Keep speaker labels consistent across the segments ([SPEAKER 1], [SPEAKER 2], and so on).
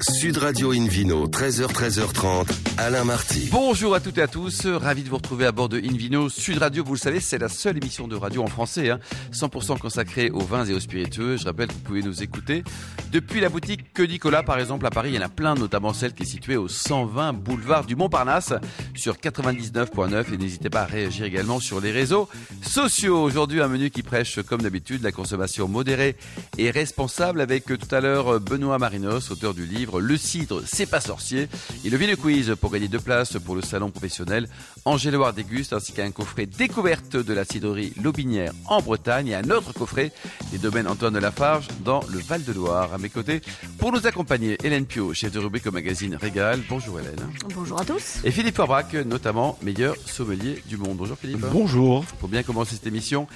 [SPEAKER 1] Sud Radio Invino, 13h, 13h30, Alain Marty.
[SPEAKER 2] Bonjour à toutes et à tous, ravi de vous retrouver à bord de Invino Sud Radio. Vous le savez, c'est la seule émission de radio en français, hein, 100% consacrée aux vins et aux spiritueux. Je rappelle que vous pouvez nous écouter depuis la boutique Que Nicolas, par exemple, à Paris. Il y en a plein, notamment celle qui est située au 120 boulevard du Montparnasse sur 99.9. Et n'hésitez pas à réagir également sur les réseaux sociaux. Aujourd'hui, un menu qui prêche, comme d'habitude, la consommation modérée et responsable avec euh, tout à l'heure euh, Benoît Marinos, auteur du livre Le cidre, c'est pas sorcier et le Vino Quiz pour gagner deux places pour le salon professionnel Angéloire Déguste ainsi qu'un coffret découverte de la cidrerie Lobinière en Bretagne et un autre coffret des domaines Antoine de Lafarge dans le Val-de-Loire. À mes côtés, pour nous accompagner, Hélène Pio, chef de rubrique au magazine Régal. Bonjour Hélène.
[SPEAKER 3] Bonjour à tous.
[SPEAKER 2] Et Philippe Forbrac, notamment meilleur sommelier du monde. Bonjour Philippe.
[SPEAKER 4] Bonjour.
[SPEAKER 2] Pour bien commencer cette émission,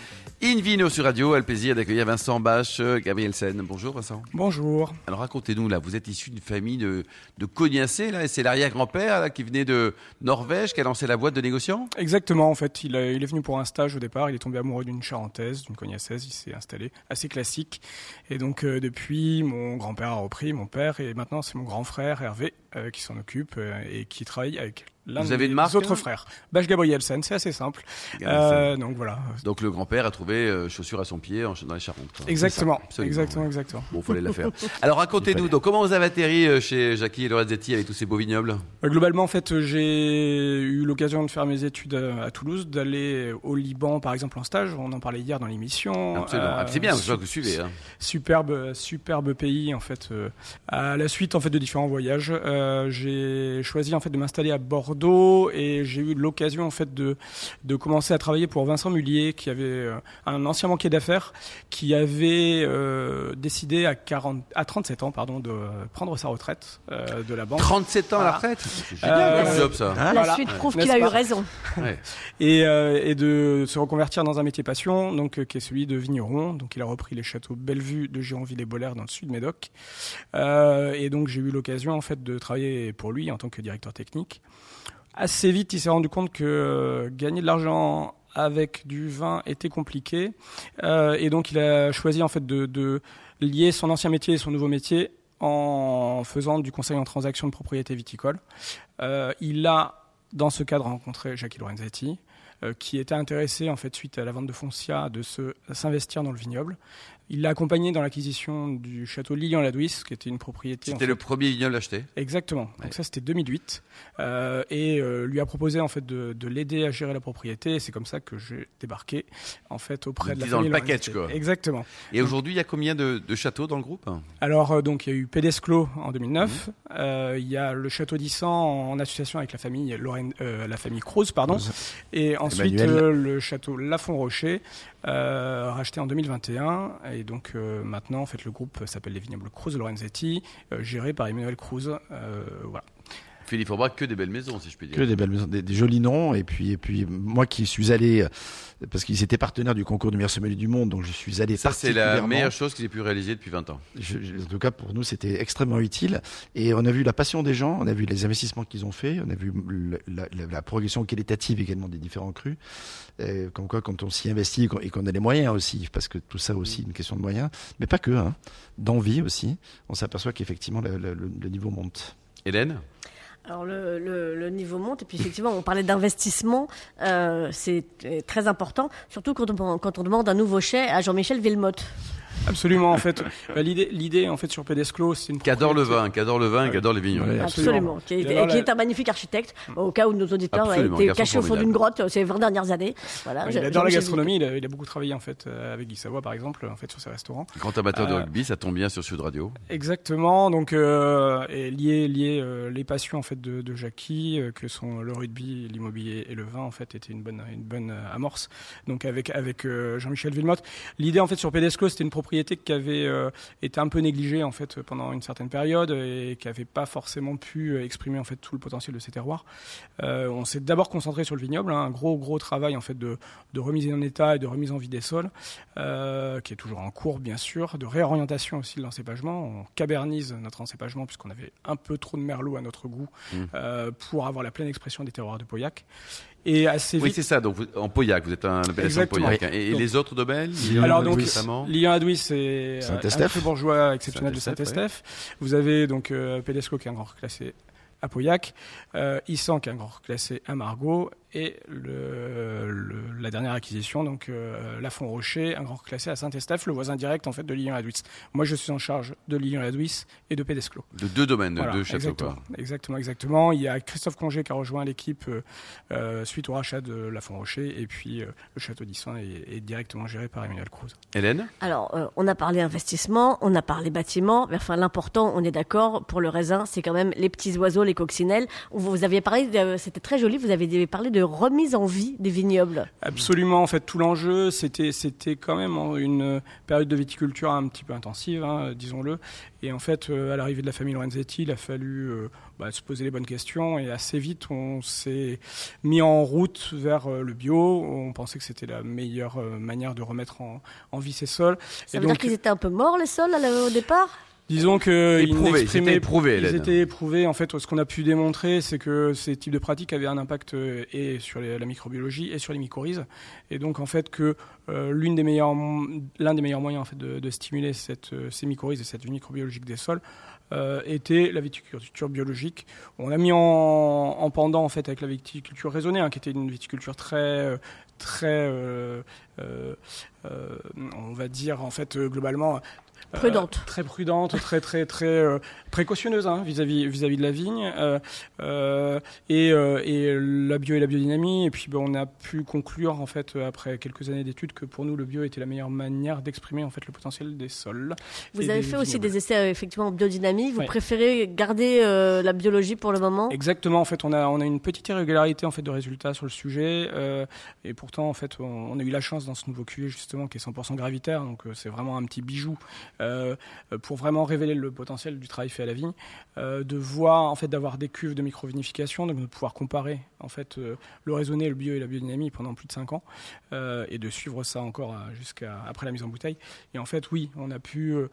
[SPEAKER 2] Invino sur Radio a le plaisir d'accueillir Vincent Bache, euh, Gabriel Sen. Bonjour Vincent.
[SPEAKER 5] Bonjour.
[SPEAKER 2] Alors racontez-nous là, vous êtes issu d'une famille de, de cognacés là, et c'est l'arrière-grand-père là, qui venait de Norvège qui a lancé la boîte de négociants
[SPEAKER 5] Exactement, en fait, il, a- il est venu pour un stage au départ, il est tombé amoureux d'une charentaise, d'une cognacesse, il s'est installé, assez classique. Et donc euh, depuis, mon grand-père a repris, mon père, et maintenant c'est mon grand frère Hervé euh, qui s'en occupe euh, et qui travaille avec l'un
[SPEAKER 2] Vous
[SPEAKER 5] de
[SPEAKER 2] avez
[SPEAKER 5] mes
[SPEAKER 2] une marque, hein
[SPEAKER 5] autres frères. Bâche Gabrielsen, c'est assez simple.
[SPEAKER 2] Gabrielsen.
[SPEAKER 5] Euh, donc voilà.
[SPEAKER 2] Donc le grand-père a trouvé euh, chaussure à son pied en- dans les Charentes. quoi.
[SPEAKER 5] Exactement,
[SPEAKER 2] C'est ça, absolument.
[SPEAKER 5] exactement, exactement.
[SPEAKER 2] Bon, fallait la faire. Alors racontez-nous, donc comment vous avez atterri euh, chez Jackie et Lorenzetti avec tous ces beaux vignobles
[SPEAKER 5] Euh, Globalement, en fait, euh, j'ai eu l'occasion de faire mes études à, à Toulouse, d'aller au Liban, par exemple, en stage. On en parlait hier dans l'émission.
[SPEAKER 2] Absolument.
[SPEAKER 5] Euh,
[SPEAKER 2] Ah, c'est bien, je vois que vous suivez. hein.
[SPEAKER 5] Superbe, superbe pays en fait. euh, à la suite en fait de différents voyages, euh, j'ai choisi en fait de m'installer à Bordeaux et j'ai eu l'occasion en fait de de commencer à travailler pour Vincent Mullier, qui avait euh, un ancien banquier d'affaires, qui avait euh, décidé à 40, à 37 ans pardon de euh, prendre sa retraite euh, de la banque.
[SPEAKER 2] 37 ans à la
[SPEAKER 5] Voilà.
[SPEAKER 2] retraite C'est génial,
[SPEAKER 5] Euh,
[SPEAKER 2] comme job ça.
[SPEAKER 3] La
[SPEAKER 5] Voilà.
[SPEAKER 3] suite prouve
[SPEAKER 5] Ouais.
[SPEAKER 3] qu'il a eu
[SPEAKER 5] N'est-ce pas
[SPEAKER 3] raison.
[SPEAKER 2] Ouais.
[SPEAKER 5] et, euh, et de se reconvertir dans un métier passion, donc euh, qui est celui de vigneron. Donc il a repris les châteaux Bellevue de Gironville et Bollère dans le sud Médoc. Euh, et donc j'ai eu l'occasion en fait de travailler pour lui en tant que directeur technique. Assez vite, il s'est rendu compte que euh, gagner de l'argent avec du vin était compliqué, Euh, et donc il a choisi en fait de, de lier son ancien métier et son nouveau métier en faisant du conseil en transaction de propriété viticole. Euh, il a dans ce cadre rencontré Jackie Lorenzetti, euh, qui était intéressé en fait suite à la vente de Foncia de se s'investir dans le vignoble. Il l'a accompagné dans l'acquisition du château Lillian-Ladouis, qui était une propriété. en
[SPEAKER 2] C'était le premier vignoble acheté.
[SPEAKER 5] Exactement.
[SPEAKER 2] Ouais.
[SPEAKER 5] Donc ça, c'était 2008. Euh, et euh, lui a proposé en fait de, de l'aider à gérer la propriété. Et c'est comme ça que j'ai débarqué en fait
[SPEAKER 2] Vous
[SPEAKER 5] auprès de la
[SPEAKER 2] étiez dans le
[SPEAKER 5] famille
[SPEAKER 2] package,
[SPEAKER 5] Lorenzetti.
[SPEAKER 2] quoi.
[SPEAKER 5] Exactement.
[SPEAKER 2] Et aujourd'hui, il y a combien de, de châteaux dans le groupe
[SPEAKER 5] Alors euh, donc il y a eu Pédesclos en
[SPEAKER 2] Mhm.
[SPEAKER 5] 2009. Euh, il y a le château d'Issan en association avec la famille Lorraine, euh, la famille Croze, pardon. Et ensuite
[SPEAKER 4] Emmanuel.
[SPEAKER 5] euh, le château Lafon Rocher euh, racheté en 2021. Et donc euh, maintenant en fait le groupe s'appelle les Vignobles Croze Lorenzetti, euh, géré par Emmanuel Croze. Euh, voilà.
[SPEAKER 2] Philippe Aubrac, que des belles maisons, si je puis dire.
[SPEAKER 4] Que des belles maisons, des, des jolis noms. Et puis, et puis, moi qui suis allé, euh, parce qu'ils étaient partenaires du concours du meilleur sommelier du monde, donc je suis allé
[SPEAKER 2] Ça, c'est la
[SPEAKER 4] particulièrement.
[SPEAKER 2] meilleure chose que j'ai pu réaliser depuis 20 ans.
[SPEAKER 4] Je- je- en tout cas, pour nous, c'était extrêmement utile. Et on a vu la passion des gens, on a vu les investissements qu'ils ont faits, on a vu le- la, la- la progression qualitative également des différents crus. Euh, comme quoi, quand on s'y investit et qu'on- et qu'on a les moyens aussi, parce que tout ça aussi, une question de moyens, mais pas que, hein, d'envie aussi, on s'aperçoit qu'effectivement, le, le- le- le niveau monte.
[SPEAKER 2] Hélène
[SPEAKER 3] Alors le, le- le niveau monte et puis effectivement on parlait d'investissement, euh, c'est euh, très important, surtout quand on, quand on demande un nouveau chai à Jean-Michel Villemotte.
[SPEAKER 5] Absolument, en fait. Bah, L'idée, l'idée, en fait, sur Pédesclos, c'est une.
[SPEAKER 2] Qui adore le
[SPEAKER 5] propriété-
[SPEAKER 2] vin, qui adore le vin, qui adore les vignobles.
[SPEAKER 4] Ouais.
[SPEAKER 5] Absolument.
[SPEAKER 3] Absolument. Qui, est,
[SPEAKER 5] Et alors,
[SPEAKER 3] qui
[SPEAKER 5] la-
[SPEAKER 3] est un magnifique architecte,
[SPEAKER 5] Mm.
[SPEAKER 3] au cas où nos auditeurs
[SPEAKER 2] Absolument,
[SPEAKER 3] étaient
[SPEAKER 2] garçon
[SPEAKER 3] cachés au fond
[SPEAKER 2] formidable.
[SPEAKER 3] d'une grotte euh, ces 20 dernières années. Voilà,
[SPEAKER 5] Ouais,
[SPEAKER 3] Jean-
[SPEAKER 5] il adore la
[SPEAKER 3] Jean-Michel
[SPEAKER 5] gastronomie. Il a, il a beaucoup travaillé en fait euh, avec Guy Savoie, par exemple, en fait, sur ses restaurants.
[SPEAKER 2] Grand amateur de
[SPEAKER 5] Euh,
[SPEAKER 2] rugby, ça tombe bien sur Sud Radio.
[SPEAKER 5] Exactement. Donc, euh, et lié, lié euh, les passions en fait de, de Jackie, euh, que sont le rugby, l'immobilier et le vin, en fait, était une bonne, une bonne euh, amorce. Donc, avec avec euh, Jean-Michel Villemotte. L'idée en fait sur Pédesclos, c'était une propriété qui avait euh, été un peu négligée en fait pendant une certaine période et qui n'avait pas forcément pu euh, exprimer en fait tout le potentiel de ses terroirs. Euh, on s'est d'abord concentré sur le vignoble, hein, un gros gros travail en fait de, de remise en état et de remise en vie des sols, euh, qui est toujours en cours bien sûr, de réorientation aussi de l'encépagement. On cavernise notre encépagement puisqu'on avait un peu trop de merlot à notre goût
[SPEAKER 2] Mm.
[SPEAKER 5] euh, pour avoir la pleine expression des terroirs de Pauillac. Et assez
[SPEAKER 2] Oui,
[SPEAKER 5] vite.
[SPEAKER 2] c'est ça. Donc, vous- en Pauillac, vous êtes un appellation de
[SPEAKER 5] Exactement.
[SPEAKER 2] Pauillac. hein. Et, et
[SPEAKER 5] Donc-
[SPEAKER 2] les autres domaines Lyon,
[SPEAKER 5] Alors donc,
[SPEAKER 2] récemment
[SPEAKER 5] Lyon Adoui, c'est euh,
[SPEAKER 4] Saint-Estèphe.
[SPEAKER 5] un peu bourgeois exceptionnel de
[SPEAKER 2] Saint-Estèphe,
[SPEAKER 5] Saint-Estèphe. Vous avez donc euh, Pédesco qui est un grand reclassé à Pauillac, euh, Issan qui est un grand reclassé à Margot, et le, le- la dernière acquisition, donc euh, Lafont Rocher, un grand reclassé à Saint-Estèphe, le voisin direct en fait de Lyon Adoui. Moi je suis en charge de Lyon Adoui et de Pédesco.
[SPEAKER 2] De deux domaines, de
[SPEAKER 5] Voilà,
[SPEAKER 2] deux châteaux.
[SPEAKER 5] exactement,
[SPEAKER 2] quoi.
[SPEAKER 5] exactement, exactement. Il y a Christophe Congé qui a rejoint l'équipe euh, euh, suite au rachat de Lafont Rocher, et puis euh, le château d'Issan est, est directement géré par Emmanuel Cruz.
[SPEAKER 2] Hélène
[SPEAKER 3] Alors, euh, on a parlé investissement, on a parlé bâtiment, mais enfin, l'important, on est d'accord, pour le raisin, c'est quand même les petits oiseaux, les coccinelles. Vous, vous aviez parlé, de- c'était très joli, vous avez parlé de remise en vie des vignobles.
[SPEAKER 5] Absolument, en fait, tout l'enjeu, c'était, c'était quand même en une période de viticulture un petit peu intensive, hein, disons-le. Et en fait, euh, à l'arrivée de la famille Lorenzetti, il a fallu euh, bah, se poser les bonnes questions. Et assez vite, on s'est mis en route vers euh, le bio. On pensait que c'était la meilleure euh, manière de remettre en, en vie ces sols.
[SPEAKER 3] Ça
[SPEAKER 5] et
[SPEAKER 3] veut
[SPEAKER 5] donc,
[SPEAKER 3] dire qu'ils étaient un peu morts, les sols, à la- au départ
[SPEAKER 5] disons que Euh, ils
[SPEAKER 2] Éprouvés,
[SPEAKER 5] n'exprimaient-
[SPEAKER 2] c'était éprouvé,
[SPEAKER 5] ils
[SPEAKER 2] Hélène.
[SPEAKER 5] étaient éprouvés. En fait, ce qu'on a pu démontrer, c'est que ces types de pratiques avaient un impact euh, et sur les- la microbiologie et sur les mycorhizes. Et donc, en fait, que euh, l'une des meilleures, mo- l'un des meilleurs moyens en fait de, de stimuler cette, euh, ces mycorhizes et cette vie microbiologique des sols euh, était la viticulture biologique. On a mis en, en pendant en fait avec la viticulture raisonnée, hein, qui était une viticulture très euh, très euh, euh, euh, on va dire en fait euh, globalement euh,
[SPEAKER 3] Prudente.
[SPEAKER 5] très prudente, très très très euh, précautionneuse hein, vis-à-vis vis-à-vis de la vigne euh, euh, et, euh, et la bio et la biodynamie. Et puis ben, on a pu conclure en fait euh, après quelques années d'études que pour nous le bio était la meilleure manière d'exprimer en fait le potentiel des sols.
[SPEAKER 3] Vous
[SPEAKER 5] et
[SPEAKER 3] avez
[SPEAKER 5] des
[SPEAKER 3] fait aussi
[SPEAKER 5] vignobles.
[SPEAKER 3] des essais, euh, effectivement, en biodynamie. Vous
[SPEAKER 5] Ouais.
[SPEAKER 3] préférez garder euh, la biologie pour le moment
[SPEAKER 5] Exactement. En fait, on a on a une petite irrégularité en fait de résultats sur le sujet euh, et pourtant en fait on, on a eu la chance dans ce nouveau QV justement qui est 100% gravitaire donc euh, c'est vraiment un petit bijou euh, pour vraiment révéler le potentiel du travail fait à la vigne, euh, de voir en fait d'avoir des cuves de microvinification donc de pouvoir comparer en fait euh, le raisonné, le bio et la biodynamie pendant plus de 5 ans euh, et de suivre ça encore euh, jusqu'à après la mise en bouteille et en fait oui on a pu euh,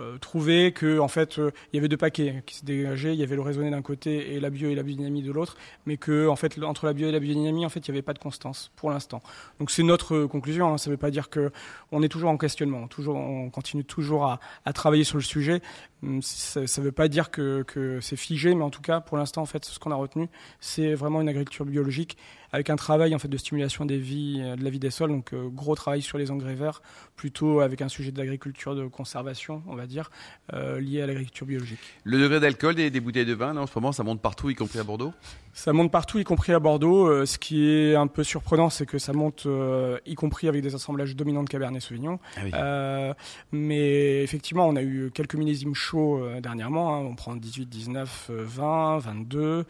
[SPEAKER 5] euh, trouver que en fait euh, il y avait deux paquets qui se dégageaient il y avait le raisonné d'un côté et la bio et la biodynamie de l'autre mais que en fait le- entre la bio et la biodynamie en fait il n'y avait pas de constance pour l'instant donc c'est notre euh, conclusion hein. ça ne veut pas dire que on est toujours en questionnement toujours on continue toujours à, à travailler sur le sujet Hum, ça ne veut pas dire que, que c'est figé mais en tout cas pour l'instant en fait ce qu'on a retenu c'est vraiment une agriculture biologique avec un travail en fait de stimulation des vies euh, de la vie des sols donc euh, gros travail sur les engrais verts plutôt avec un sujet d'agriculture de conservation, on va dire, euh, lié à l'agriculture biologique.
[SPEAKER 2] Le degré d'alcool des, des bouteilles de vin, là, en ce moment, ça monte partout, y compris à Bordeaux
[SPEAKER 5] Ça monte partout, y compris à Bordeaux. Euh, ce qui est un peu surprenant, c'est que ça monte, euh, y compris avec des assemblages dominants de Cabernet Sauvignon.
[SPEAKER 2] Ah
[SPEAKER 5] Euh, mais effectivement, on a eu quelques millésimes chauds euh, dernièrement. hein. On prend 18, 19, euh, 20, 22, euh,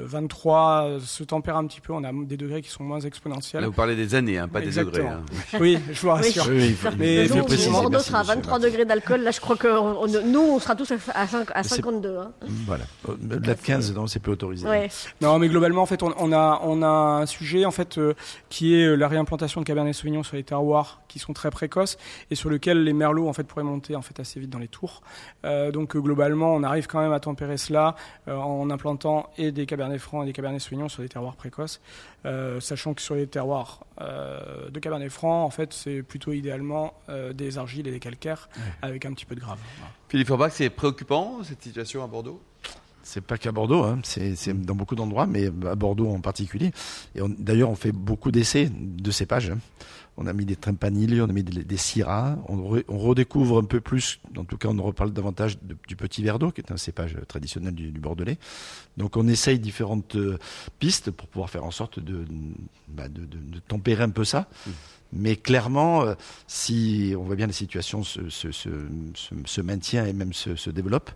[SPEAKER 5] 23. euh, Se tempère un petit peu. On a des degrés qui sont moins
[SPEAKER 2] Là,
[SPEAKER 5] exponentiels.
[SPEAKER 2] vous parlez des années, hein, pas des
[SPEAKER 5] Exactement.
[SPEAKER 2] degrés. hein.
[SPEAKER 5] Ah Oui, je vous
[SPEAKER 3] Oui.
[SPEAKER 5] rassure.
[SPEAKER 4] Oui,
[SPEAKER 3] Faire
[SPEAKER 5] Mais
[SPEAKER 3] deux
[SPEAKER 5] il faut
[SPEAKER 3] jours,
[SPEAKER 5] préciser,
[SPEAKER 3] Bordeaux
[SPEAKER 4] merci,
[SPEAKER 3] sera à
[SPEAKER 4] monsieur
[SPEAKER 3] 23 degrés d'alcool. Là, je crois que on- on- nous, on sera tous à, cinq- à
[SPEAKER 4] C'est-
[SPEAKER 3] 52. hein.
[SPEAKER 4] Voilà. Au-delà de 15, non, c'est plus autorisé.
[SPEAKER 3] Ouais.
[SPEAKER 5] Non, mais globalement, en fait, on, on a, on a un sujet en fait euh, qui est euh, la réimplantation de Cabernet Sauvignon sur les terroirs qui sont très précoces et sur lequel les merlots en fait pourraient monter en fait assez vite dans les tours. Euh, donc euh, globalement, on arrive quand même à tempérer cela euh, en implantant et des Cabernets francs et des Cabernet Sauvignon sur des terroirs précoces, euh, sachant que sur les terroirs euh, de Cabernet franc, en fait, c'est plutôt idéalement euh, des argiles et des calcaires avec un petit peu de grave. Voilà.
[SPEAKER 2] Philippe Forbach, c'est préoccupant, cette situation à Bordeaux
[SPEAKER 4] C'est pas qu'à Bordeaux, hein. c'est c'est dans beaucoup d'endroits, mais à Bordeaux en particulier. Et on- d'ailleurs, on fait beaucoup d'essais de cépages. hein. On a mis des trimpanilles, on a mis des, des syrahs. On, re- on redécouvre un peu plus, en tout cas, on reparle davantage de- du petit verre d'eau, qui est un cépage traditionnel du, du Bordelais. Donc, on essaye différentes euh, pistes pour pouvoir faire en sorte de, bah, de- de- de tempérer un peu ça. Mais clairement, euh, si on voit bien la situation se, se, se, se- se maintient et même se, se développe,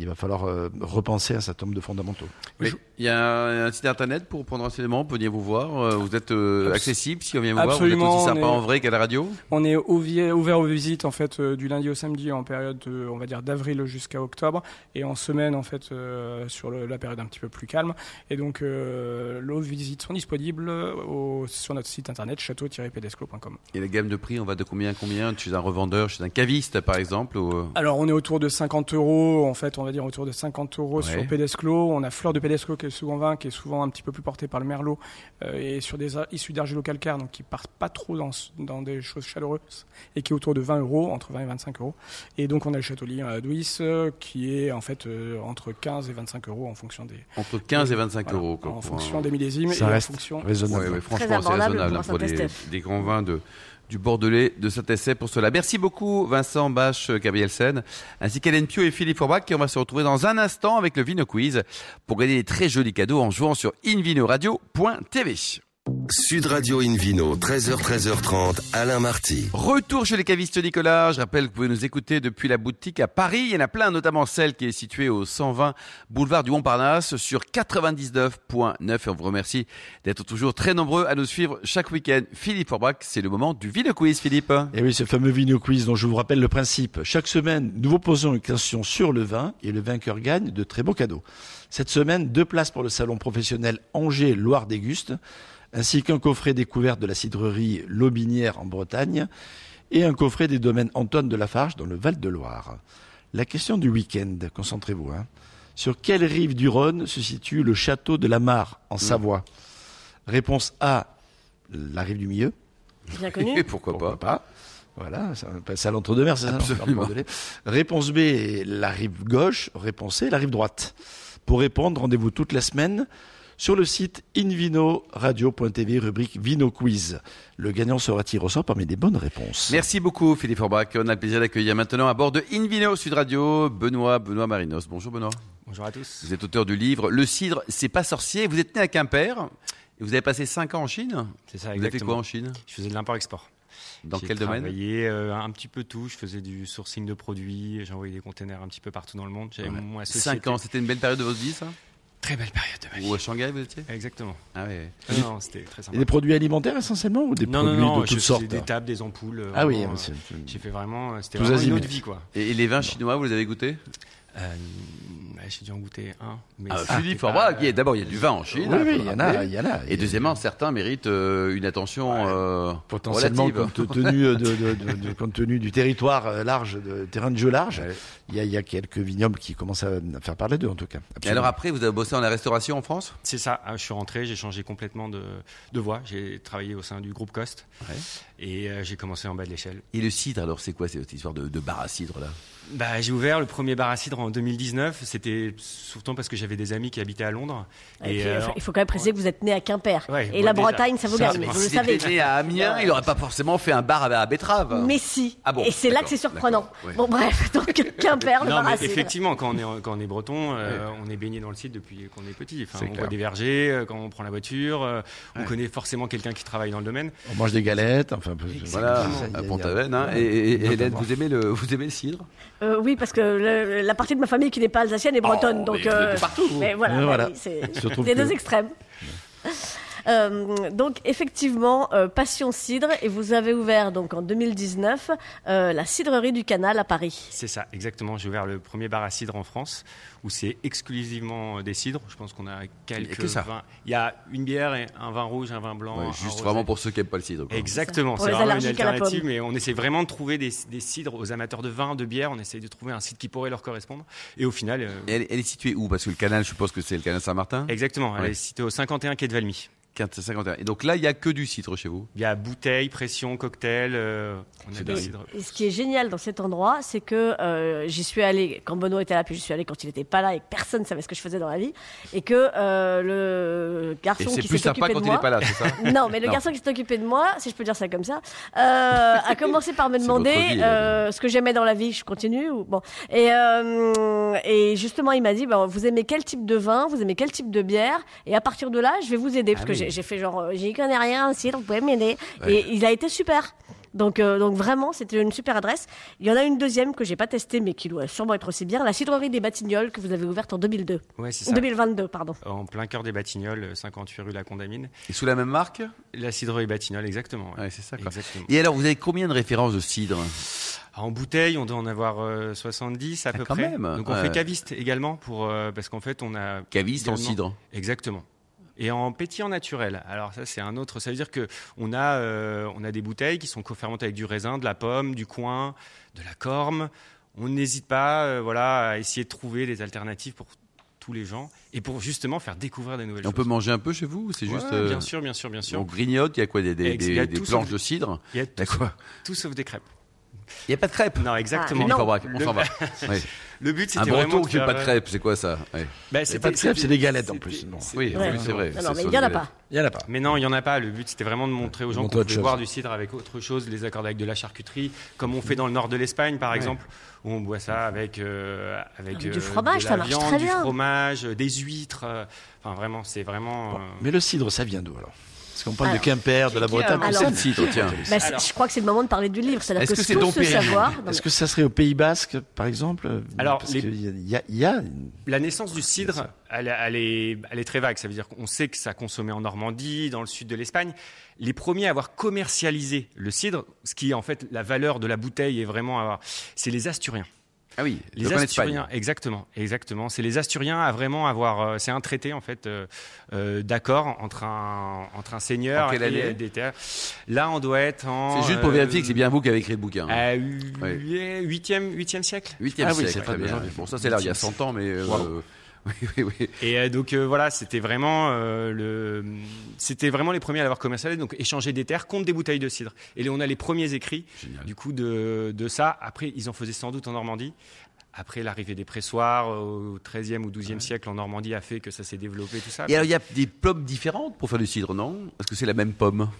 [SPEAKER 4] il va falloir euh, repenser un certain nombre de fondamentaux.
[SPEAKER 2] Mais
[SPEAKER 5] Je-
[SPEAKER 2] Il y a un, un site internet pour prendre renseignement, on peut venir vous voir. euh, Vous êtes euh,
[SPEAKER 5] Abs-
[SPEAKER 2] accessible si on vient vous voir. Vous êtes
[SPEAKER 5] absolument,
[SPEAKER 2] aussi
[SPEAKER 5] on
[SPEAKER 2] sympa
[SPEAKER 5] est-
[SPEAKER 2] en vrai qu'à la radio
[SPEAKER 5] On est ouvi- ouvert aux visites en fait euh, du lundi au samedi en période de- on va dire d'avril jusqu'à octobre et en semaine en fait euh, sur le- la période un petit peu plus calme euh, et donc euh, les visites sont disponibles au- sur notre site internet château-pédesclo.com. vigneron.com.
[SPEAKER 2] Et la gamme de prix, on va de combien à combien Chez un revendeur, chez un caviste, par exemple ou, euh,
[SPEAKER 5] Alors, on est autour de 50 euros, en fait, on va dire autour de 50 euros
[SPEAKER 2] Ouais.
[SPEAKER 5] sur Pédesclo. On a Fleur de Pédesclo qui est le second vin, qui est souvent un petit peu plus porté par le Merlot, euh, et sur des a- issus d'argilo-calcaire, donc qui partent pas trop dans, ce- dans des choses chaleureuses, et qui est autour de 20 euros, entre 20 et 25 euros. Et donc, on a le Château-Lyon à Douis, euh, qui est en fait euh, entre 15 et 25 euros en fonction des,
[SPEAKER 2] Entre 15 et 25
[SPEAKER 5] voilà,
[SPEAKER 2] euros. quoi,
[SPEAKER 5] en
[SPEAKER 2] pour
[SPEAKER 5] fonction
[SPEAKER 2] un-
[SPEAKER 5] des millésimes
[SPEAKER 4] Ça
[SPEAKER 5] et
[SPEAKER 4] reste
[SPEAKER 5] en fonction
[SPEAKER 4] raisonnable.
[SPEAKER 2] Ouais, ouais, franchement, c'est
[SPEAKER 3] abordable
[SPEAKER 2] raisonnable
[SPEAKER 3] pour
[SPEAKER 2] hein,
[SPEAKER 3] un
[SPEAKER 2] pour des,
[SPEAKER 3] Saint-Estèphe.
[SPEAKER 2] des grands vins de, du Bordelais, de Saint-Estèphe pour cela. Merci beaucoup, Vincent Bache, euh, Gabrielsen, ainsi qu'Hélène Pio et Philippe Forbach, qui on va se retrouver dans un instant avec le Vino Quiz pour gagner des très jolis cadeaux en jouant sur invinoradio.tv.
[SPEAKER 1] Sud Radio Invino, 13h, 13h30, Alain Marty.
[SPEAKER 2] Retour chez les cavistes Nicolas. Je rappelle que vous pouvez nous écouter depuis la boutique à Paris. Il y en a plein, notamment celle qui est située au 120 boulevard du Montparnasse sur 99.9. Et on vous remercie d'être toujours très nombreux à nous suivre chaque week-end. Philippe Forbach, c'est le moment du Vino Quiz, Philippe.
[SPEAKER 4] Et Eh oui, ce fameux Vino Quiz dont je vous rappelle le principe. Chaque semaine, nous vous posons une question sur le vin et le vainqueur gagne de très beaux cadeaux. Cette semaine, deux places pour le salon professionnel Angers Loire Déguste, ainsi qu'un coffret découverte de la cidrerie Lobinière en Bretagne et un coffret des domaines Antoine de Lafarge dans le Val-de-Loire. La question du week-end, concentrez-vous. hein. Sur quelle rive du Rhône se situe le château de la Mare en Savoie Réponse A, la rive du milieu.
[SPEAKER 3] Bien
[SPEAKER 2] Et
[SPEAKER 3] connu.
[SPEAKER 2] pourquoi,
[SPEAKER 4] Pourquoi
[SPEAKER 2] pas.
[SPEAKER 4] pas. Voilà, ça passe à l'entre-deux-mer, c'est ça
[SPEAKER 2] Absolument.
[SPEAKER 4] non, pardon, désolé. Réponse B, la rive gauche. Réponse C, la rive droite. Pour répondre, rendez-vous toute la semaine sur le site invinoradio.tv, rubrique Vino Quiz. Le gagnant sera tiré au sort parmi des bonnes réponses.
[SPEAKER 2] Merci beaucoup, Philippe Forbach. On a le plaisir d'accueillir maintenant à bord de Invino Sud Radio, Benoît, Benoît Marinos. Bonjour, Benoît.
[SPEAKER 6] Bonjour à tous.
[SPEAKER 2] Vous êtes auteur du livre Le cidre, c'est pas sorcier. Vous êtes né à Quimper et vous avez passé 5 ans en Chine.
[SPEAKER 6] C'est ça,
[SPEAKER 2] Vous avez fait quoi
[SPEAKER 6] exactement.
[SPEAKER 2] en Chine
[SPEAKER 6] Je faisais de l'import-export.
[SPEAKER 2] Dans
[SPEAKER 6] J'ai
[SPEAKER 2] quel domaine
[SPEAKER 6] travaillé, euh, un petit peu tout. Je faisais du sourcing de produits. J'envoyais des containers un petit peu partout dans le monde. J'avais
[SPEAKER 2] Ouais.
[SPEAKER 6] mon associé.
[SPEAKER 2] 5 ans, c'était une belle période de votre vie, ça
[SPEAKER 6] Très belle période de ma vie.
[SPEAKER 2] Ou à Shanghai, vous étiez
[SPEAKER 6] Exactement.
[SPEAKER 2] Ah ouais.
[SPEAKER 6] Non, non, c'était très
[SPEAKER 4] Et
[SPEAKER 6] sympa.
[SPEAKER 4] des produits alimentaires essentiellement ou des
[SPEAKER 6] non, non,
[SPEAKER 4] produits
[SPEAKER 6] non,
[SPEAKER 4] de
[SPEAKER 6] je
[SPEAKER 4] toutes
[SPEAKER 6] faisais
[SPEAKER 4] sortes
[SPEAKER 2] hein.
[SPEAKER 6] des tables, des ampoules. euh,
[SPEAKER 4] Ah oui,
[SPEAKER 6] vraiment,
[SPEAKER 4] c'est-
[SPEAKER 6] euh, j'ai fait vraiment. euh, C'était
[SPEAKER 4] Tous
[SPEAKER 6] vraiment une
[SPEAKER 4] azimuts.
[SPEAKER 6] autre vie, quoi.
[SPEAKER 2] Et, et les vins chinois, vous les avez goûtés
[SPEAKER 6] Euh, ouais, j'ai dû en goûter un. Mais
[SPEAKER 2] ah,
[SPEAKER 6] c'était
[SPEAKER 2] Philippe
[SPEAKER 6] pas,
[SPEAKER 2] Forbach,
[SPEAKER 6] euh,
[SPEAKER 2] il y a- d'abord, il y a du vin en Chine.
[SPEAKER 4] Oui,
[SPEAKER 2] faut
[SPEAKER 4] oui,
[SPEAKER 2] le
[SPEAKER 4] il y en a,
[SPEAKER 2] rappeler.
[SPEAKER 4] il y en a.
[SPEAKER 2] Et deuxièmement, certains méritent euh, une attention euh,
[SPEAKER 4] potentiellement
[SPEAKER 2] relative.
[SPEAKER 4] compte tenu, euh, de, de- de- de- compte tenu du territoire euh, large, de terrain de jeu large,
[SPEAKER 2] Ouais.
[SPEAKER 4] il y, a, il y a quelques vignobles qui commencent à à faire parler d'eux en tout cas.
[SPEAKER 2] Et alors après, vous avez bossé dans la restauration en France
[SPEAKER 6] C'est ça, hein, je suis rentré, j'ai changé complètement de, de voie. J'ai travaillé au sein du groupe Cost
[SPEAKER 2] Ouais.
[SPEAKER 6] et euh, j'ai commencé en bas de l'échelle.
[SPEAKER 2] Et le cidre, alors c'est quoi cette histoire de, de bar à cidre là
[SPEAKER 6] Bah, j'ai ouvert le premier bar à cidre en 2019. C'était surtout parce que j'avais des amis qui habitaient à Londres.
[SPEAKER 3] Et puis,
[SPEAKER 6] euh,
[SPEAKER 3] il faut quand même préciser que vous êtes né à Quimper.
[SPEAKER 6] Ouais,
[SPEAKER 3] et
[SPEAKER 6] bon,
[SPEAKER 3] la
[SPEAKER 6] déjà,
[SPEAKER 3] Bretagne, ça vous
[SPEAKER 6] ça,
[SPEAKER 3] gagne.
[SPEAKER 6] c'est
[SPEAKER 3] Vous
[SPEAKER 6] bon.
[SPEAKER 3] le
[SPEAKER 2] S'il
[SPEAKER 3] savez.
[SPEAKER 2] était né à Amiens, il n'aurait pas forcément fait un bar à, à betterave.
[SPEAKER 3] Mais si.
[SPEAKER 2] Ah bon,
[SPEAKER 3] et c'est là
[SPEAKER 2] d'accord,
[SPEAKER 3] que c'est surprenant.
[SPEAKER 2] d'accord, ouais.
[SPEAKER 3] Bon, bref, donc Quimper, le
[SPEAKER 6] non,
[SPEAKER 3] bar à
[SPEAKER 6] mais
[SPEAKER 3] cidre.
[SPEAKER 6] effectivement, quand on est, quand on est breton, euh, on est baigné dans le cidre depuis qu'on est petit. Enfin,
[SPEAKER 4] C'est
[SPEAKER 6] on
[SPEAKER 4] clair.
[SPEAKER 6] voit des vergers, euh, quand on prend la voiture, euh, on connaît forcément quelqu'un qui travaille dans le domaine.
[SPEAKER 4] On mange des galettes, enfin un peu.
[SPEAKER 2] Voilà,
[SPEAKER 4] c'est ça, il y a-
[SPEAKER 2] à
[SPEAKER 4] il y a-
[SPEAKER 2] Pont-Aven. hein.
[SPEAKER 4] voilà.
[SPEAKER 2] Et, et- et Hélène,
[SPEAKER 4] Notamment.
[SPEAKER 2] vous aimez le, vous aimez le cidre
[SPEAKER 3] Euh, oui, parce que le- la partie de ma famille qui n'est pas alsacienne est bretonne.
[SPEAKER 2] Oh,
[SPEAKER 3] donc,
[SPEAKER 2] mais vous
[SPEAKER 3] euh,
[SPEAKER 2] êtes partout. vous.
[SPEAKER 3] Mais voilà,
[SPEAKER 4] Mais
[SPEAKER 3] bah
[SPEAKER 4] voilà.
[SPEAKER 3] oui, c'est
[SPEAKER 4] Il se trouve
[SPEAKER 3] les
[SPEAKER 4] que-
[SPEAKER 3] deux extrêmes. Euh, donc effectivement, euh, passion cidre et vous avez ouvert donc en 2019 euh, la cidrerie du Canal à Paris.
[SPEAKER 6] C'est ça, exactement. J'ai ouvert le premier bar à cidre en France où c'est exclusivement euh, des cidres. Je pense qu'on a quelques
[SPEAKER 2] Il y a que ça.
[SPEAKER 6] vins. Il y a une bière, et un vin rouge, un vin blanc.
[SPEAKER 2] Ouais,
[SPEAKER 6] un
[SPEAKER 2] juste
[SPEAKER 6] rosé.
[SPEAKER 2] vraiment pour ceux qui n'aiment pas le cidre. quoi.
[SPEAKER 6] Exactement,
[SPEAKER 3] Pour
[SPEAKER 6] c'est
[SPEAKER 3] les
[SPEAKER 6] vraiment une
[SPEAKER 3] allergiques à la
[SPEAKER 6] alternative,
[SPEAKER 3] pomme.
[SPEAKER 6] mais on essaie vraiment de trouver des, des cidres aux amateurs de vin, de bière. On essaie de trouver un cidre qui pourrait leur correspondre. Et au final, euh,
[SPEAKER 2] Et Elle, elle est située où Parce que le canal, je suppose que c'est le canal Saint-Martin.
[SPEAKER 6] exactement, elle
[SPEAKER 2] Ouais.
[SPEAKER 6] est citée au 51 quai de Valmy.
[SPEAKER 2] 451. Et donc là, il n'y a que du cidre chez vous.
[SPEAKER 6] Il y a bouteille, pression, cocktail. euh, on a
[SPEAKER 2] C'est
[SPEAKER 6] des
[SPEAKER 2] dingue.
[SPEAKER 6] cidres.
[SPEAKER 3] Et ce qui est génial dans cet endroit, c'est que euh, j'y suis allée quand Benoît était là, puis j'y suis allée quand il n'était pas là et que personne ne savait ce que je faisais dans la vie, et que euh, le
[SPEAKER 2] Et
[SPEAKER 3] garçon
[SPEAKER 2] c'est
[SPEAKER 3] qui
[SPEAKER 2] plus
[SPEAKER 3] s'est
[SPEAKER 2] sympa
[SPEAKER 3] occupé
[SPEAKER 2] quand
[SPEAKER 3] de
[SPEAKER 2] il n'est
[SPEAKER 3] moi,
[SPEAKER 2] pas là, c'est ça
[SPEAKER 3] Non, mais le
[SPEAKER 2] Non.
[SPEAKER 3] garçon qui s'est occupé de moi, si je peux dire ça comme ça, euh, a commencé par me
[SPEAKER 2] C'est votre
[SPEAKER 3] demander
[SPEAKER 2] vie,
[SPEAKER 3] euh, ce que j'aimais dans la vie. Je continue ou bon Et euh, et justement, il m'a dit, bah, vous aimez quel type de vin, vous aimez quel type de bière, et à partir de là, je vais vous aider parce
[SPEAKER 2] Ah
[SPEAKER 3] que
[SPEAKER 2] oui.
[SPEAKER 3] j'ai- j'ai fait genre, euh, j'y connais rien, si vous pouvez m'aider.
[SPEAKER 2] Ouais.
[SPEAKER 3] Et il a été super. Donc, euh, donc vraiment, c'était une super adresse. Il y en a une deuxième que j'ai pas testée, mais qui doit sûrement être aussi bien, la cidrerie des Batignolles que vous avez ouverte en 2002,
[SPEAKER 6] Ouais, c'est ça.
[SPEAKER 3] 2022, pardon.
[SPEAKER 6] En plein cœur des Batignolles, euh, 58 rue La Condamine.
[SPEAKER 2] Et sous la même marque
[SPEAKER 6] La cidrerie Batignolles, exactement. ouais.
[SPEAKER 2] Ouais, c'est ça. Quoi.
[SPEAKER 6] Exactement.
[SPEAKER 2] Et alors, vous avez combien de références de cidre
[SPEAKER 6] En bouteille, on doit en avoir euh, 70 à
[SPEAKER 2] Ah,
[SPEAKER 6] peu
[SPEAKER 2] quand
[SPEAKER 6] près.
[SPEAKER 2] même.
[SPEAKER 6] Donc on
[SPEAKER 2] Ouais.
[SPEAKER 6] fait caviste également pour euh, parce qu'en fait on a
[SPEAKER 2] Caviste en
[SPEAKER 6] Également.
[SPEAKER 2] cidre.
[SPEAKER 6] exactement. et en pétillant naturel. Alors ça c'est un autre, ça veut dire que on a euh, on a des bouteilles qui sont co-fermentées avec du raisin, de la pomme, du coin, de la corme. On n'hésite pas euh, voilà à essayer de trouver des alternatives pour tous les gens et pour justement faire découvrir des nouvelles
[SPEAKER 2] On
[SPEAKER 6] choses.
[SPEAKER 2] peut manger un peu chez vous ou C'est juste.
[SPEAKER 6] Ouais,
[SPEAKER 2] euh,
[SPEAKER 6] bien sûr, bien sûr, bien sûr.
[SPEAKER 2] On grignote, il y a quoi Des, des-
[SPEAKER 6] Et il y a
[SPEAKER 2] des- des
[SPEAKER 6] tout
[SPEAKER 2] planches
[SPEAKER 6] sauf-
[SPEAKER 2] de cidre
[SPEAKER 6] Il y a
[SPEAKER 2] Il y a
[SPEAKER 6] tout,
[SPEAKER 2] quoi
[SPEAKER 6] tout sauf des crêpes.
[SPEAKER 2] Il n'y a pas de crêpes
[SPEAKER 6] Non, exactement.
[SPEAKER 3] Ah, non.
[SPEAKER 2] Uniforme braque, on
[SPEAKER 6] Le-
[SPEAKER 2] s'en va. Ouais.
[SPEAKER 6] Le but
[SPEAKER 2] Un
[SPEAKER 6] c'était vraiment
[SPEAKER 2] breton
[SPEAKER 6] de
[SPEAKER 2] qui n'a
[SPEAKER 6] faire- euh,
[SPEAKER 2] pas de crêpes, c'est quoi ça Ouais.
[SPEAKER 6] Bah,
[SPEAKER 4] pas de
[SPEAKER 6] c'était-
[SPEAKER 4] crêpes, c'est des galettes, en
[SPEAKER 6] c'était-
[SPEAKER 4] plus. Non.
[SPEAKER 6] c'était-
[SPEAKER 2] Oui,
[SPEAKER 3] Ouais.
[SPEAKER 2] oui, c'est vrai.
[SPEAKER 3] Non,
[SPEAKER 2] c'est
[SPEAKER 3] non, mais
[SPEAKER 2] sur
[SPEAKER 3] il y en a
[SPEAKER 2] des-
[SPEAKER 3] pas.
[SPEAKER 4] Il y en a pas.
[SPEAKER 6] Mais non, il n'y en a pas. Le but, c'était vraiment de montrer aux gens
[SPEAKER 4] Montre
[SPEAKER 6] qu'on
[SPEAKER 4] autre
[SPEAKER 6] pouvait
[SPEAKER 4] chose.
[SPEAKER 6] boire du cidre avec autre chose, les accorder avec de la charcuterie, comme on fait dans le nord de l'Espagne, par exemple, où on boit ça avec, euh, avec,
[SPEAKER 3] Avec du
[SPEAKER 6] euh,
[SPEAKER 3] fromage,
[SPEAKER 6] de la
[SPEAKER 3] ça marche
[SPEAKER 6] viande,
[SPEAKER 3] très
[SPEAKER 6] du
[SPEAKER 3] bien.
[SPEAKER 6] fromage, euh, des huîtres. euh, Enfin, vraiment, c'est vraiment.
[SPEAKER 4] Bon,
[SPEAKER 6] euh,
[SPEAKER 4] Mais le cidre, ça vient d'où alors Parce qu'on parle
[SPEAKER 3] Alors,
[SPEAKER 4] de Quimper, de la
[SPEAKER 6] qui a
[SPEAKER 4] Bretagne.
[SPEAKER 3] inventé
[SPEAKER 4] on sait
[SPEAKER 2] le cidre, tiens
[SPEAKER 3] Bah, c'est-
[SPEAKER 6] Alors.
[SPEAKER 3] je crois que c'est le moment de parler du livre. C'est-à-dire
[SPEAKER 2] Est-ce
[SPEAKER 3] que,
[SPEAKER 2] que c'est
[SPEAKER 3] tout
[SPEAKER 2] Dom
[SPEAKER 3] ce
[SPEAKER 2] Pérignon
[SPEAKER 3] savoir. Non, mais-
[SPEAKER 4] Est-ce que ça serait au Pays Basque, par exemple
[SPEAKER 6] Alors,
[SPEAKER 4] Parce
[SPEAKER 6] les-
[SPEAKER 4] qu'il y a- il y a, il y a une-
[SPEAKER 6] La naissance du cidre, elle, elle est, elle est très vague. Ça veut dire qu'on sait que ça consommait en Normandie, dans le sud de l'Espagne. Les premiers à avoir commercialisé le cidre, ce qui est en fait la valeur de la bouteille est vraiment à avoir, c'est les Asturiens.
[SPEAKER 2] Ah oui,
[SPEAKER 6] Les
[SPEAKER 2] donc en Espagne.
[SPEAKER 6] Asturiens, exactement, exactement. C'est les Asturiens à vraiment avoir. euh, c'est un traité en fait euh, euh, d'accord entre un entre un seigneur
[SPEAKER 2] En quelle
[SPEAKER 6] et
[SPEAKER 2] année
[SPEAKER 6] des terres. Là, on doit être en.
[SPEAKER 2] C'est juste pour
[SPEAKER 6] euh,
[SPEAKER 2] vérifier que c'est bien vous qui avez écrit le bouquin. hein.
[SPEAKER 6] À huit- huitième huitième siècle.
[SPEAKER 2] 8e
[SPEAKER 4] Ah oui,
[SPEAKER 2] siècle,
[SPEAKER 4] c'est pas
[SPEAKER 2] très bien.
[SPEAKER 4] d'aujourd'hui.
[SPEAKER 2] Bon, ça, c'est là, il y a 100 ans, mais. euh,
[SPEAKER 4] Wow.
[SPEAKER 2] Oui, oui, oui.
[SPEAKER 6] Et euh, donc euh, voilà, c'était vraiment euh, le, c'était vraiment les premiers à l'avoir commercialisé. Donc échanger des terres contre des bouteilles de cidre. Et on a les premiers écrits
[SPEAKER 2] Génial.
[SPEAKER 6] du coup de, de ça. Après, ils en faisaient sans doute en Normandie. Après l'arrivée des pressoirs euh, au XIIIe ou XIIe siècle en Normandie a fait que ça s'est développé tout ça.
[SPEAKER 2] Et alors, il y a des pommes différentes pour faire du cidre, non Est-ce que c'est la même pomme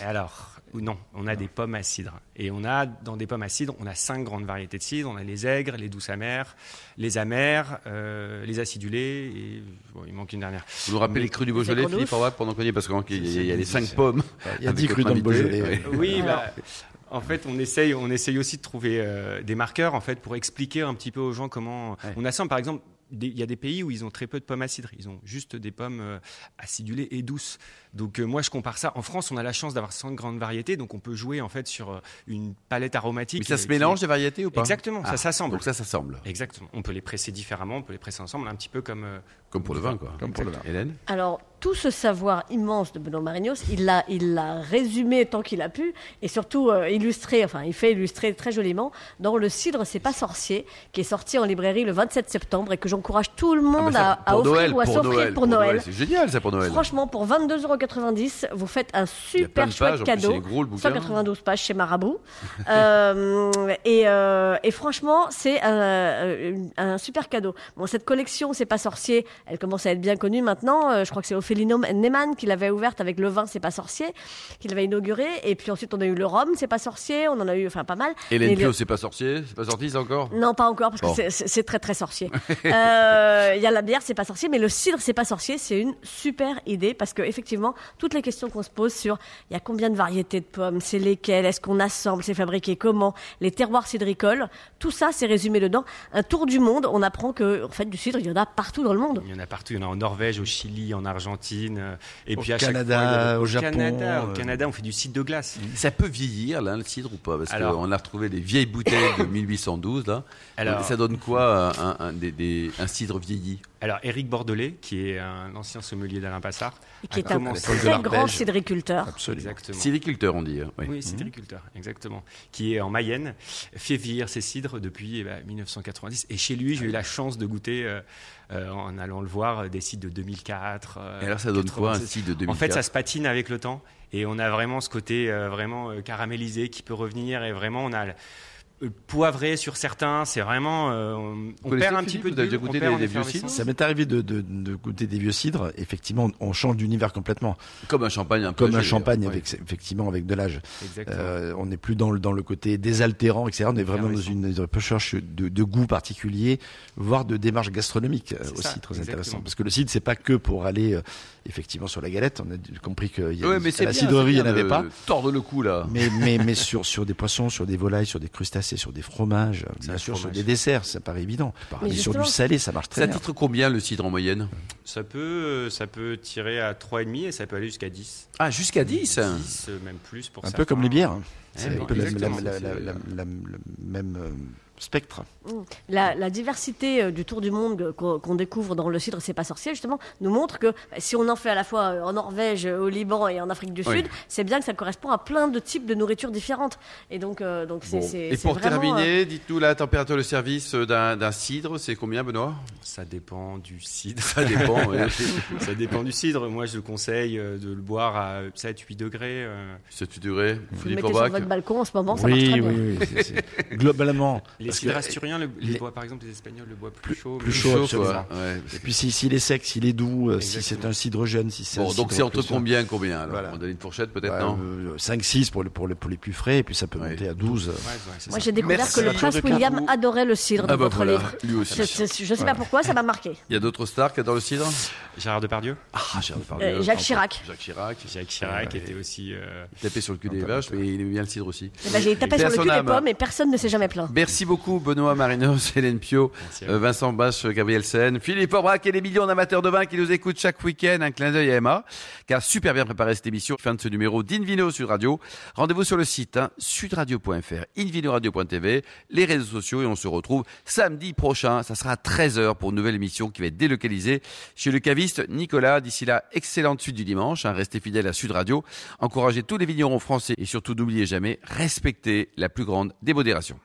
[SPEAKER 6] Et alors, ou non, on a des pommes à cidre. Et on a, dans des pommes à cidre, on a cinq grandes variétés de cidre. On a les aigres, les douces amères, les amères, euh, les acidulés, et bon, il manque une dernière.
[SPEAKER 2] Vous nous rappelez les crus du Beaujolais,
[SPEAKER 3] qu'on
[SPEAKER 2] Philippe
[SPEAKER 3] ouf.
[SPEAKER 2] Aubrac, pendant qu'on y est Parce qu'il y, a- il y a les
[SPEAKER 4] C'est-
[SPEAKER 2] 5 pommes.
[SPEAKER 4] il y a
[SPEAKER 2] Avec
[SPEAKER 4] 10 crues
[SPEAKER 2] votre
[SPEAKER 4] dans le
[SPEAKER 2] invité,
[SPEAKER 4] Beaujolais.
[SPEAKER 2] oui.
[SPEAKER 6] Oui,
[SPEAKER 3] Alors.
[SPEAKER 6] bah, en fait, on essaye, on essaye aussi de trouver euh, des marqueurs en fait pour expliquer un petit peu aux gens comment
[SPEAKER 2] Ouais.
[SPEAKER 6] on assemble. Par exemple, des- il y a des pays où ils ont très peu de pommes à cidre. Ils ont juste des pommes euh, acidulées et douces. Donc euh, moi, je compare ça. En France, on a la chance d'avoir 100 grandes variétés, donc on peut jouer en fait sur euh, une palette aromatique.
[SPEAKER 2] Mais ça
[SPEAKER 6] euh,
[SPEAKER 2] se
[SPEAKER 6] qui-
[SPEAKER 2] mélange, les variétés ou pas
[SPEAKER 6] Exactement,
[SPEAKER 2] Ah,
[SPEAKER 6] ça s'assemble.
[SPEAKER 2] Donc, ça, ça semble.
[SPEAKER 6] Exactement. On peut les presser différemment, on peut les presser ensemble, un petit peu comme. euh,
[SPEAKER 2] Comme pour le vin, quoi.
[SPEAKER 4] Comme pour le vin.
[SPEAKER 2] Hélène Ah,
[SPEAKER 3] Alors, tout ce savoir immense de Benoît Marignos, il l'a il l'a résumé tant qu'il a pu et surtout euh, illustré, enfin, il fait illustrer très joliment dans Le Cidre, c'est pas sorcier, qui est sorti en librairie le 27 septembre et que j'encourage tout le
[SPEAKER 2] Ah, mais
[SPEAKER 3] monde
[SPEAKER 2] ça,
[SPEAKER 3] à, à offrir ou à
[SPEAKER 2] pour
[SPEAKER 3] s'offrir
[SPEAKER 2] Noël,
[SPEAKER 3] pour, Noël.
[SPEAKER 2] C'est génial, ça, pour Noël.
[SPEAKER 3] Franchement, pour 22,90€, vous faites un
[SPEAKER 2] Il y a plein
[SPEAKER 3] super
[SPEAKER 2] de
[SPEAKER 3] chouette
[SPEAKER 2] pages, en plus,
[SPEAKER 3] cadeau.
[SPEAKER 2] c'est gros, le bouquin.
[SPEAKER 3] 192 pages chez Marabout. Euh, et, euh, et franchement, c'est euh, une- un super cadeau. Bon, cette collection, c'est pas sorcier, elle commence à être bien connue maintenant. Euh, je crois que c'est Ophélie Neu- Neyman qui l'avait ouverte avec Le vin, c'est pas sorcier, qui l'avait inaugurée. Et puis ensuite, on a eu Le Rhum, c'est pas sorcier, on en a eu enfin pas mal.
[SPEAKER 2] Hélène
[SPEAKER 3] Mais le-
[SPEAKER 2] Pio, c'est pas sorcier C'est pas sorti, ça encore
[SPEAKER 3] non, pas encore, parce
[SPEAKER 2] Bon.
[SPEAKER 3] que c'est- c'est c'est très très sorcier. Euh, Il y a la bière, c'est pas sorcier, mais le cidre, c'est pas sorcier, c'est une super idée, parce que effectivement, toutes les questions qu'on se pose sur il y a combien de variétés de pommes, c'est lesquelles, est-ce qu'on assemble, c'est fabriqué comment, les terroirs cidricoles, tout ça, c'est résumé dedans. Un tour du monde, on apprend que en fait du cidre, il y en a partout dans le monde.
[SPEAKER 6] Il y en a partout. Il y en a en Norvège, au Chili, en Argentine. euh, Et
[SPEAKER 4] Au
[SPEAKER 6] puis à
[SPEAKER 4] Canada,
[SPEAKER 6] chaque fois, il y a-
[SPEAKER 4] au Japon,
[SPEAKER 6] Canada, au
[SPEAKER 4] euh.
[SPEAKER 6] Canada, on fait du site de glace.
[SPEAKER 2] Ça peut vieillir, là, le cidre ou pas Parce
[SPEAKER 6] Alors-
[SPEAKER 2] qu'on a retrouvé des vieilles bouteilles de 1812, là.
[SPEAKER 6] Alors-
[SPEAKER 2] ça donne quoi, un, un- des- des- un cidre vieilli
[SPEAKER 6] Alors, Éric Bordelais, qui est un ancien sommelier d'Alain Passard.
[SPEAKER 3] Et qui
[SPEAKER 6] a
[SPEAKER 3] est un
[SPEAKER 6] commencé-
[SPEAKER 4] Paul de
[SPEAKER 3] très grand
[SPEAKER 4] l'Ardèche.
[SPEAKER 3] cidriculteur.
[SPEAKER 4] Absolument.
[SPEAKER 6] Exactement.
[SPEAKER 2] Cidriculteur, on dit. hein, oui.
[SPEAKER 6] Oui, cidriculteur, exactement. Qui est en Mayenne, fait vieillir ses cidres depuis eh ben, 1990. Et chez lui, j'ai eu la chance de goûter, euh, euh, en allant le voir, euh, des cidres de 2004. euh,
[SPEAKER 2] Et alors, ça donne quoi, un
[SPEAKER 6] 96.
[SPEAKER 2] cidre de 2004
[SPEAKER 6] En fait, ça se patine avec le temps. Et on a vraiment ce côté euh, vraiment euh, caramélisé qui peut revenir. Et vraiment, on a le, le poivré sur certains. C'est vraiment. euh, on on
[SPEAKER 2] connaissez,
[SPEAKER 6] perd un petit
[SPEAKER 2] Philippe
[SPEAKER 6] peu de
[SPEAKER 2] Vous avez déjà
[SPEAKER 6] bulles, on
[SPEAKER 2] goûté
[SPEAKER 6] perd
[SPEAKER 2] des-
[SPEAKER 6] en
[SPEAKER 2] des vieux
[SPEAKER 6] effervescence.
[SPEAKER 4] Ça m'est arrivé de, de- de goûter des vieux cidres. Effectivement, on change d'univers complètement.
[SPEAKER 2] Comme un champagne un peu.
[SPEAKER 4] Comme un
[SPEAKER 2] gelé,
[SPEAKER 4] champagne,
[SPEAKER 2] ouais.
[SPEAKER 4] avec, effectivement, avec de l'âge.
[SPEAKER 6] Exactement.
[SPEAKER 4] Euh, on n'est plus dans le, dans le côté désaltérant, etc. On est vraiment dans
[SPEAKER 6] Effervescent.
[SPEAKER 4] une, dans une recherche de, de goût particulier, voire de démarche gastronomique euh,
[SPEAKER 6] C'est
[SPEAKER 4] aussi
[SPEAKER 6] ça,
[SPEAKER 4] très
[SPEAKER 6] exactement.
[SPEAKER 4] intéressant. Parce que le cidre, c'est pas que pour aller euh, effectivement sur la galette. On a d- compris qu'il y a
[SPEAKER 2] Ouais,
[SPEAKER 4] à
[SPEAKER 2] mais c'est
[SPEAKER 4] la
[SPEAKER 2] bien,
[SPEAKER 4] cidrerie, il
[SPEAKER 2] c'est
[SPEAKER 4] n'y
[SPEAKER 2] bien
[SPEAKER 4] en avait
[SPEAKER 2] de-
[SPEAKER 4] pas.
[SPEAKER 2] Tordre le cou, là.
[SPEAKER 4] Mais, mais, mais sur, sur des poissons, sur des volailles, sur des crustacés, sur des fromages, bien
[SPEAKER 6] un
[SPEAKER 4] sûr, sur
[SPEAKER 6] fromage.
[SPEAKER 4] des desserts, ça paraît évident.
[SPEAKER 3] Mais
[SPEAKER 4] Mais sur
[SPEAKER 3] justement-
[SPEAKER 4] du salé, ça marche
[SPEAKER 2] Ça
[SPEAKER 4] très bien.
[SPEAKER 2] titre combien le cidre en moyenne
[SPEAKER 6] Ça peut, euh, ça peut tirer à 3,5 et ça peut aller jusqu'à 10.
[SPEAKER 2] Ah, jusqu'à 10
[SPEAKER 6] 10, euh, même plus pour
[SPEAKER 4] Un
[SPEAKER 6] certains.
[SPEAKER 4] peu comme les bières. hein.
[SPEAKER 6] Eh
[SPEAKER 4] C'est
[SPEAKER 6] ben,
[SPEAKER 2] euh,
[SPEAKER 4] un peu la, la-
[SPEAKER 6] exactement,
[SPEAKER 4] la-
[SPEAKER 6] c'est-
[SPEAKER 4] la- la- la- la même euh, spectre.
[SPEAKER 3] La, la diversité euh, du tour du monde euh, qu'on qu'on découvre dans le Cidre, c'est pas sorcier, justement, nous montre que euh, si on en fait à la fois euh, en Norvège, euh, au Liban et en Afrique du
[SPEAKER 2] Oui.
[SPEAKER 3] Sud, c'est bien que ça correspond à plein de types de nourriture différentes. Et donc, euh, donc c'est
[SPEAKER 2] Bon.
[SPEAKER 3] c'est-
[SPEAKER 2] Et
[SPEAKER 3] c'est
[SPEAKER 2] pour
[SPEAKER 3] vraiment, euh,
[SPEAKER 2] terminer, dites-nous la température de service euh, d'un d'un cidre, c'est combien, Benoît
[SPEAKER 6] Ça dépend du cidre.
[SPEAKER 2] Ça dépend. ouais.
[SPEAKER 6] ça dépend du cidre. Moi, je conseille euh, de le boire à 7-8 degrés. euh.
[SPEAKER 2] C'est tu duré,
[SPEAKER 3] vous
[SPEAKER 2] Philippe
[SPEAKER 3] le mettez sur
[SPEAKER 2] Aubrac.
[SPEAKER 3] votre balcon en ce moment, ça marche
[SPEAKER 4] oui,
[SPEAKER 3] très
[SPEAKER 4] oui,
[SPEAKER 3] bien.
[SPEAKER 4] oui, c'est- c'est- globalement.
[SPEAKER 6] Les
[SPEAKER 4] parce que-
[SPEAKER 6] cidres asturiens, le, les
[SPEAKER 4] les-
[SPEAKER 6] bois, par exemple, les Espagnols le boivent plus, chaud.
[SPEAKER 4] plus
[SPEAKER 6] mais-
[SPEAKER 4] chaud,
[SPEAKER 2] Chaud,
[SPEAKER 4] absolument.
[SPEAKER 2] quoi. Ouais.
[SPEAKER 4] Et puis si- s'il est sec, s'il est doux, euh, si
[SPEAKER 6] Exactement.
[SPEAKER 4] c'est un cidre jeune, si c'est bah,
[SPEAKER 2] Bon, donc c'est entre combien et combien alors
[SPEAKER 4] Voilà.
[SPEAKER 2] On donne une fourchette peut-être, non
[SPEAKER 4] 5-6 euh, pour, le- pour, le- pour les plus frais, et puis ça peut
[SPEAKER 2] Ouais.
[SPEAKER 4] monter à 12.
[SPEAKER 6] Ouais, ouais, c'est
[SPEAKER 3] Moi,
[SPEAKER 6] ça.
[SPEAKER 3] j'ai découvert
[SPEAKER 2] Merci.
[SPEAKER 3] que le
[SPEAKER 2] Tour
[SPEAKER 3] prince
[SPEAKER 4] de
[SPEAKER 3] William
[SPEAKER 4] Carreau.
[SPEAKER 3] adorait le cidre dans
[SPEAKER 2] Ah bah
[SPEAKER 3] votre
[SPEAKER 2] voilà, Oh,
[SPEAKER 3] livre.
[SPEAKER 2] lui
[SPEAKER 3] Je
[SPEAKER 2] aussi.
[SPEAKER 3] ne sais pas pourquoi, ça m'a marqué.
[SPEAKER 2] Il y a d'autres stars qui adorent le cidre
[SPEAKER 6] Gérard Depardieu
[SPEAKER 2] Ah, Gérard Depardieu,
[SPEAKER 3] Euh,
[SPEAKER 2] encore.
[SPEAKER 3] Jacques Chirac.
[SPEAKER 2] Jacques Chirac.
[SPEAKER 6] Jacques Chirac
[SPEAKER 2] Ouais.
[SPEAKER 6] était aussi. euh,
[SPEAKER 2] Tapé sur le cul des vaches, mais il aimait bien le cidre aussi.
[SPEAKER 3] Eh ben, J'ai tapé
[SPEAKER 2] Paix
[SPEAKER 3] sur
[SPEAKER 2] à
[SPEAKER 3] le
[SPEAKER 2] son
[SPEAKER 3] cul des
[SPEAKER 2] âme.
[SPEAKER 3] pommes et personne ne s'est jamais plaint.
[SPEAKER 2] Merci beaucoup Benoît Marinos, Hélène Pio,
[SPEAKER 6] Merci à
[SPEAKER 2] euh, Vincent Bache, Gabriel Sen, Philippe Aubrac et les millions d'amateurs de vin qui nous écoutent chaque week-end. Un clin d'œil à Emma, qui a super bien préparé cette émission. Fin de ce numéro d'Invino Sud Radio. Rendez-vous sur le site hein, sudradio.fr, invinoradio.tv, les réseaux sociaux et on se retrouve samedi prochain. Ça sera à 13h pour une nouvelle émission qui va être délocalisée chez le caviste Nicolas. D'ici là, excellente suite du dimanche. hein. restez fidèles à Sud Radio. Encouragez tous les vignerons français et surtout n'oubliez jamais, respectez la plus grande démodération.